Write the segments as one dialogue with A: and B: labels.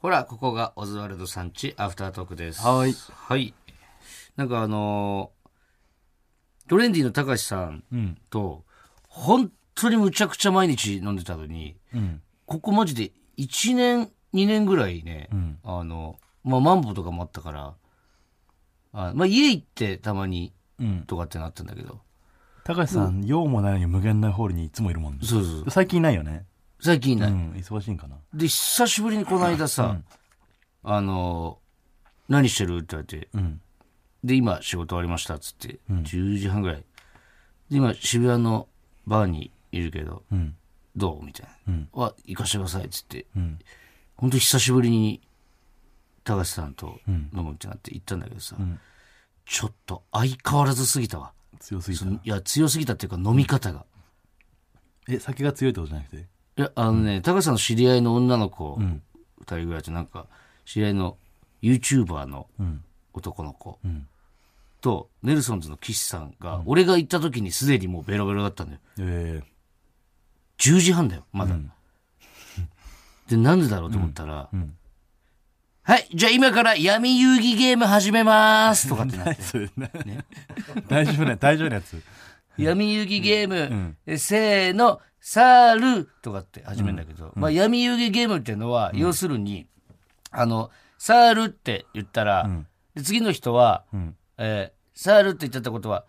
A: ほら、ここがオズワルドさんち、アフタートークです。
B: はい。
A: はい。なんかあのートレンディのたかしさん
B: うん。
A: と、本当にむちゃくちゃ毎日飲んでたのに、
B: うん。
A: ここマジで1年、2年ぐらいね、
B: ん
A: あの、まあ、マンボウとかもあったから、あまあ、家行ってたまに
B: うん。
A: とかってなったんだけど、
B: 高橋さん、用もないのに無限大ホールにいつもいるもんね。
A: そうそうそう
B: 最近いないよね。
A: 最近いうない。
B: ん。忙しいんかな。
A: で、久しぶりにこの間さ、あの、何してるって言われて、
B: うん。
A: で、今仕事終わりましたっつって、10時半ぐらい。で、今渋谷のバーにいるけど、
B: うん。
A: どうみたいな。は、行かしてくださいっつって、
B: うん。
A: 本当久しぶりに、高橋さんと飲むってなって行ったんだけどさ、ちょっと相変わらずすぎたわ。
B: 強すぎた
A: そ。のいや、強すぎたっていうか飲み方が。
B: え、酒が強いってことじゃなくて
A: いや、あのね、高橋さんの知り合いの女の子、
B: ん
A: 二人ぐらいとなんか、知り合いの YouTuber の
B: うん。
A: 男の子
B: うん。
A: と、ネルソンズの岸さんが、俺が行った時にすでにもうベロベロだったんだよ。
B: え
A: 10時半だよ、まだ。 で、なんでだろうと思ったら、
B: ん
A: はい、じゃあ今から闇遊戯ゲーム始めますとかってなっ
B: え。
A: て。
B: それな。 大丈夫ね。大丈夫なやつ。
A: 闇遊戯ゲーム、
B: ん
A: えせーの、サールとかって始めるんだけど、まあ闇遊戯ゲームっていうのは、要するに、あの、サールって言ったら、
B: ん
A: で次の人は、
B: うん。
A: えーサールって言っちゃったことは、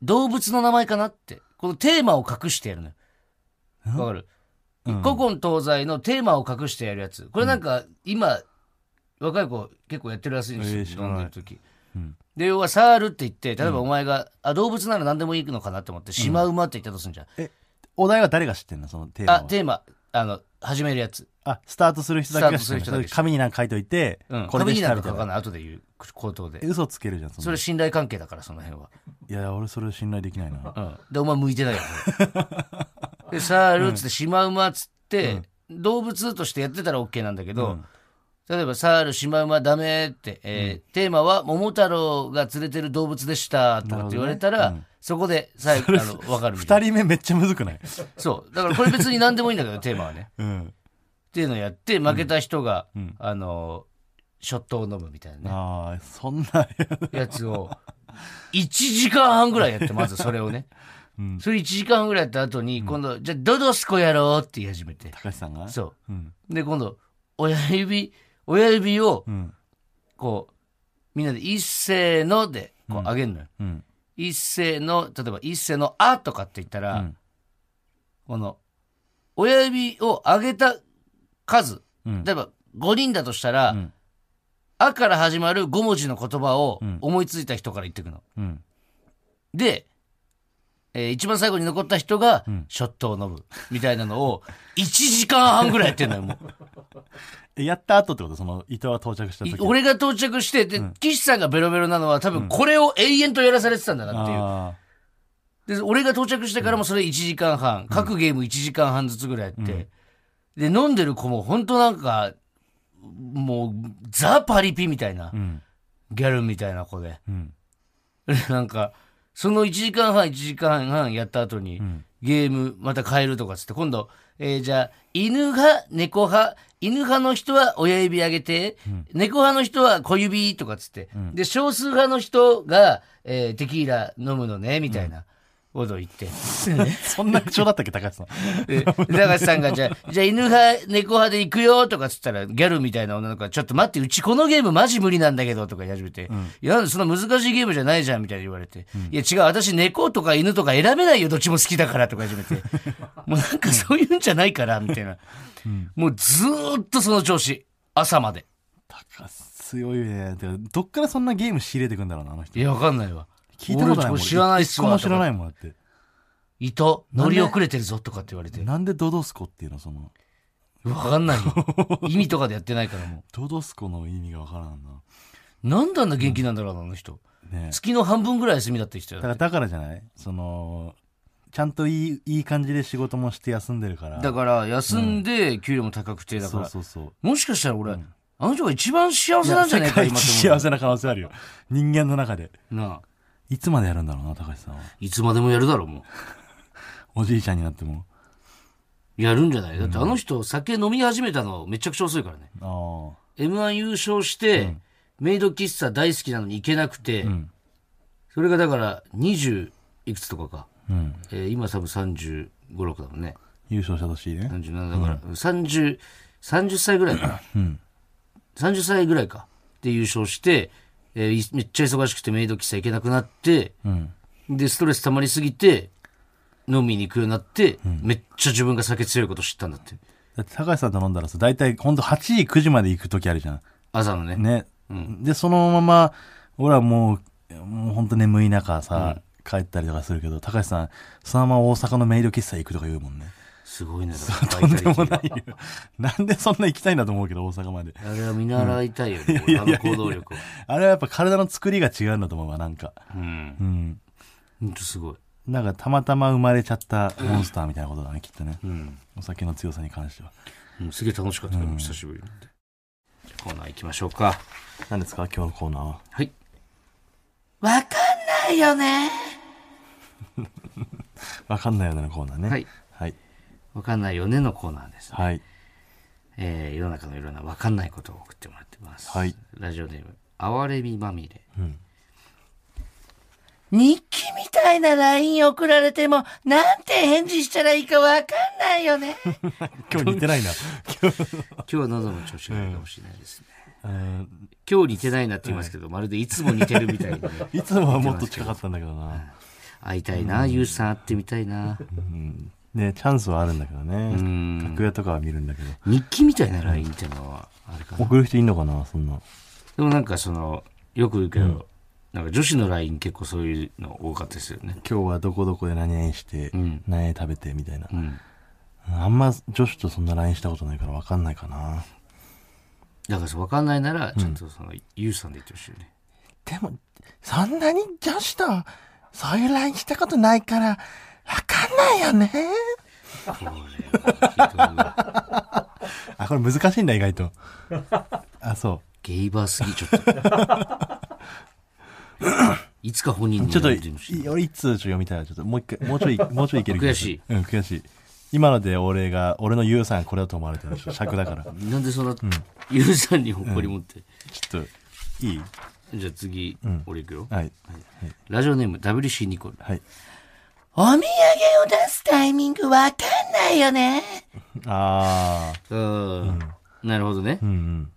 A: 動物の名前かなって、このテーマを隠してやるのよ。わかる、
B: うん
A: 古今東西のテーマを隠してやるやつ。これなんか、今、若い子結構やってるらしいん
B: えー
A: です
B: 知
A: よ、
B: らない
A: 飲んでる時。
B: うん。
A: で、要はサールって言って、例えばお前が、あ、動物なら何でもいいのかなって思って、シマウマって言ったとするんじゃん。
B: お題は誰が知ってんのそのテーマ
A: あ、
B: は。
A: テーマ、あの、始めるやつ。
B: あ、スタートする人だけが知って
A: スタートする人
B: る
A: だ
B: の
A: け。
B: 紙になんか書いといて
A: うん。、
B: これ
A: 紙
B: で
A: に
B: し
A: な
B: た
A: ん
B: み
A: か
B: たい
A: 書か
B: な。
A: ない、後で言う口頭で
B: え。嘘つけるじゃん、そ
A: それ
B: んな。
A: 信頼関係だから、その辺は。
B: いや、俺それ信頼できないな。
A: うん。で、お前向いてないよ。それ で、サールっつって、シマウマっつって、動物としてやってたら OK なんだけど、例えば、サール、シマウマダメって、えーテーマは、桃太郎が連れてる動物でした、とかって言われたら、そこで、最後、あの、わかるみたいな。
B: 二人目めっちゃむず くない
A: そう。だから、これ別に何でもいいんだけど、テーマはね。
B: うん。
A: っていうのをやって、負けた人が、
B: うん
A: あの、ショットを飲むみたいなね。
B: ああ、そんな。
A: やつを、1時間半ぐらいやって、まずそれをね。
B: うん
A: それ1時間半ぐらいやった後に、今度、じゃあ、ドドスコやろうって言い始めて。
B: 高橋さんが。
A: そう
B: うん。
A: う。で、今度、親指、親指を
B: う、ん。
A: こう、みんなで、一せーので、こう、上げるのよ。
B: うん。
A: 一せーの、例えば、一せーの、あとかって言ったら、
B: うん
A: この、親指を上げた数、
B: うん
A: 例えば、5人だとしたら、
B: うん
A: あから始まる5文字の言葉を
B: うん
A: 思いついた人から言ってくの。
B: うん。
A: で、えー一番最後に残った人が
B: ん、
A: ショットを飲む、みたいなのを、1時 間半ぐらいやってんのよ、 も
B: えやった後ってことその、伊藤が到着した
A: う。い
B: 時。
A: 俺が到着して、で、岸さんがベロベロなのは、多分これを永遠とやらされてたんだなっていう。
B: あ
A: で、俺が到着してからもそれ1時間半、各ゲーム1時間半ずつぐらいやって、で、飲んでる子も本当なんか、もう、ザ・パリピみたいな
B: ー。う、ん。
A: ギャルみたいな子で。
B: うん。
A: なんか、その1時間半、1時間半やった後に、
B: ん
A: ゲームまた変えるとかっつって、今度、えーじゃあ、犬派、猫派、犬派の人は親指上げて、猫派の人は小指とかっつって、で、少数派の人が、えーテキーラ飲むのね、みたいなことを言って、
B: そんな口調だったっけ、高橋さん。
A: で高橋さんが、じゃ あ、じゃあ犬派、猫派で行くよとかっつったら、ギャルみたいな女の子が、ちょっと待って、うちこのゲームマジ無理なんだけどとか言い始めて、いや、なんでそんな難しいゲームじゃないじゃんみたいに言われて、いや、違う、私猫とか犬とか選べないよ、どっちも好きだからとか言い始めて、 もうなんかそういうんじゃないから、みたいな。もうずーっとその調子、朝まで。
B: 高橋強いね。てかどっからそんなゲーム仕入れてくんだろうな、あの人
A: い。や、わかんないわ。
B: 聞いたことないもん。
A: 俺知らないっ
B: 一
A: す
B: 個
A: わ。。
B: も知らないいもん、だって。
A: 伊藤、乗り遅れてるぞとかって言われて、
B: なんでドドスコっていうの、その。
A: わか んないよ。意味とかでやってないからも
B: ドドスコの意味がわからんな。
A: う。なんであんな元気なんだろうな、あの人。
B: ね
A: 月の半分ぐらい休みだった人
B: だ
A: だ
B: から、だからじゃないその、ちゃんといい、いい感じで仕事もして休んでるから。
A: だから休んで給料も高くてだか
B: そ
A: ら、
B: うそうそう。
A: もしかしたら俺、あの人が一番幸せなんじゃない
B: 世
A: か
B: 界
A: 今
B: 一
A: と思
B: 幸せな可能性あるよ。人間の中で。
A: うなあ
B: いつまでやるんだろうな、高橋さんは。
A: いつまでもやるだろうも
B: おじいちゃんになっても。
A: やるんじゃないだってあの人酒飲み始めたのめちゃくちゃ遅いからね。
B: あー
A: M1 優勝して、メイド喫茶大好きなのに行けなくて、
B: ん
A: それがだから20いくつとかか。
B: うん
A: えー今多分35、6だもんね。
B: 優勝した年ね
A: 37だから、30、30歳ぐらいかな。30歳ぐらいか。で優勝して、えーいめっちゃ忙しくてメイド喫茶行けなくなって、
B: うん
A: で、ストレス溜まりすぎて、飲みに行くようになって、めっちゃ自分が酒強いこと知ったんだって。
B: だって高橋さんと飲んだらさ大体ほんと8時9時まで行く時あるじゃん
A: 朝のね。
B: ね、でそのまま俺はもうもう本当眠い中さ、帰ったりとかするけど高橋さんそのまま大阪のメイド喫茶行くとか言うもんね
A: すごいね。
B: とんでもないよ なんでそんな行きたいんだと思うけど大阪まで
A: あれは見習いたいよね、俺あの行動力を。
B: あれはやっぱ体の作りが違うんだと思うわなんか
A: うん。
B: うん
A: ほんとすごい。
B: なんかたまたま生まれちゃったモンスターみたいなことだねきっとね
A: うん。
B: お酒の強さに関しては
A: うんすげえ楽しかったよ、久しぶりに。じゃあコーナー行きましょうか。
B: 何ですか今日のコーナーは
A: はい。わかんないよね。
B: わかんないよねのコーナーね
A: はい
B: はい、
A: わかんないよねのコーナーです。
B: はい、
A: えー世の中のいろんなわかんないことを送ってもらってます。
B: はい
A: ラジオネーム、哀れみまみれ。
B: うん
A: 日記みたいな LINE 送られても、なんて返事したらいいかわかんないよね。
B: 今日似てないな
A: 今日は喉の調子がいいかもしれないですね。
B: うん
A: 今日似てないなって言いますけど、まるでいつも似てるみたい にね、
B: いつもはもっと近かったんだけどな、
A: 会いたいな、ゆうさん会ってみたいな。
B: うん、ねチャンスはあるんだけど
A: う
B: ね
A: ん
B: 楽。屋とかは見るんだけど
A: 日記みたいな LINE ってのは、あれかな。
B: 送る人いんのかなそんな
A: でもなんかその、よく言うけど、なんか女子の LINE 結構そういうの多かったですよね。
B: 今日はどこどこで何々して、
A: うん
B: 何々食べてみたいな、
A: うん。
B: あんま女子とそんな LINE したことないから分かんないかな
A: だからわかんないなら、ちゃんとその、ゆうさんで言ってほしいよね。
B: でもそんなに女子とそういう LINE したことないから分かんないよね
A: これはひどい
B: あこれ難しいんだ意外とあそ
A: ゲイバーすぎ、ちょっと。いつか本人
B: う
A: に
B: ちょっと
A: 言ってほしい
B: い俺一通ちょっと読みたいなちょっともう 一回もうちょいもうちょいいける気がするうん悔しい今ので俺が俺のユウさんこれだと思われてるちょっと尺だからちょ
A: なんでそんな、ゆうさんに誇り持って。
B: っといい
A: じゃあ次、俺行くよ。
B: はい
A: ラジオネーム WC ニコル。
B: はい
A: お土産を出すタイミングわかんないよね。
B: ああ
A: うん。なるほどね
B: う。んうん、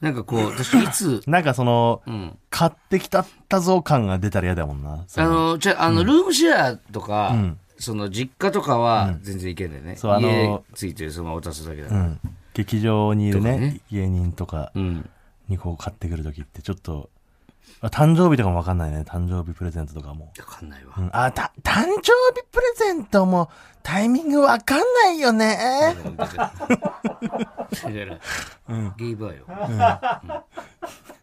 A: なんかこう、私いつ
B: なんかその、
A: うん。
B: 買ってきたったぞ感が出たら嫌だもんな。そ
A: あ
B: の
A: の、じゃあ、あの、ルームシェアとか、
B: ん
A: その、実家とかは全然いけんだよね。
B: そうあの
A: 家ついてそのまま渡すだけだか
B: う
A: ら。
B: ん、劇場にいる
A: と
B: ね
A: かね
B: 芸人とか
A: うん。
B: にこう買ってくるときってちょっと、あ誕生日とかもわかんないね。誕生日プレゼントとかも。
A: わかんないわ。
B: うん、あ、た、誕生日プレゼントもタイミングわかんないよね。
A: だからゲイバーよ、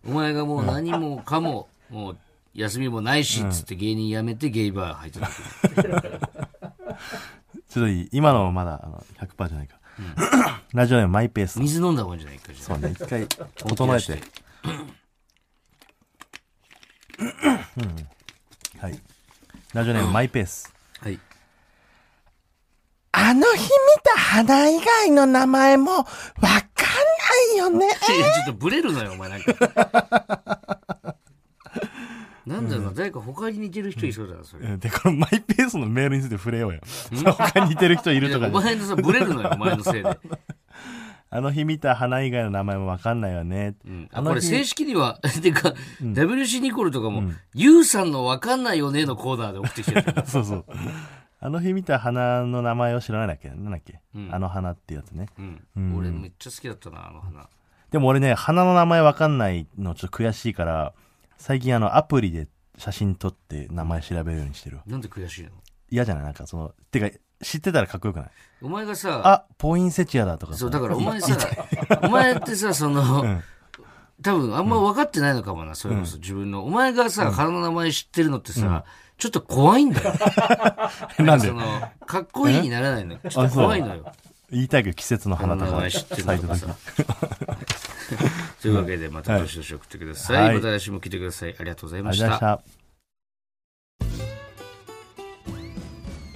A: うんお前がもう何もかも、もう休みもないしっつって芸人辞めてゲイバー入ってた時、
B: ちょっといい今のはまだあの100%じゃないか。ラジオネームマイペース。
A: 水飲んだ方がいいんじゃないかじゃあ
B: そう ね、一回整えて。はい。ラジオネームマイペース。
A: はい
B: あの日見た花以外の名前もわかんないよね。
A: いやちょっとブレるのよお前なんかなんだろうな、誰か他に似てる人いそうだなそれ、
B: で、このマイペースのメールについて触れようよ。そう他に似てる人いると
A: いや
B: か
A: お
B: で。
A: 前のさブレるのよお前のせい で、
B: あの日見た花以外の名前もわかんないよね。
A: うん、
B: あ
A: あこ
B: の
A: れ
B: 日
A: 正式には てか、WC ニコルとかも、ユウさんの分かんないよねのコーナーで送ってきてる
B: そうそう。あの日見た花の名前を知らないんだっけなんだっけ、あの花ってやつね。
A: うん、俺めっちゃ好きだったなあの花
B: でも俺ね、花の名前わかんないのちょっと悔しいから、最近あのアプリで写真撮って名前調べるようにしてるわ。
A: なんで悔しいの
B: 嫌じゃないなんかその、てか知ってたらかっこよくない
A: お前がさ
B: あ、ポインセチアだとかさ
A: そうだからお前さお前ってさその、
B: ん
A: 多分あんま分かってないのかもなそれこそ自分のお前がさ花の名前知ってるのってさ、ちょっと怖いんだよ。
B: なんで
A: その、かっこいいにならないのよ。ちょっと怖いのよ。
B: 言いたいけど季節の花と
A: 名
B: か
A: 前知ってるのとかさ。 というわけで、またどしどし送ってください。
B: はい
A: また来週も来てください。ありがとうござい
B: あ
A: ま
B: り
A: し
B: がとうございま
A: た
B: し。た。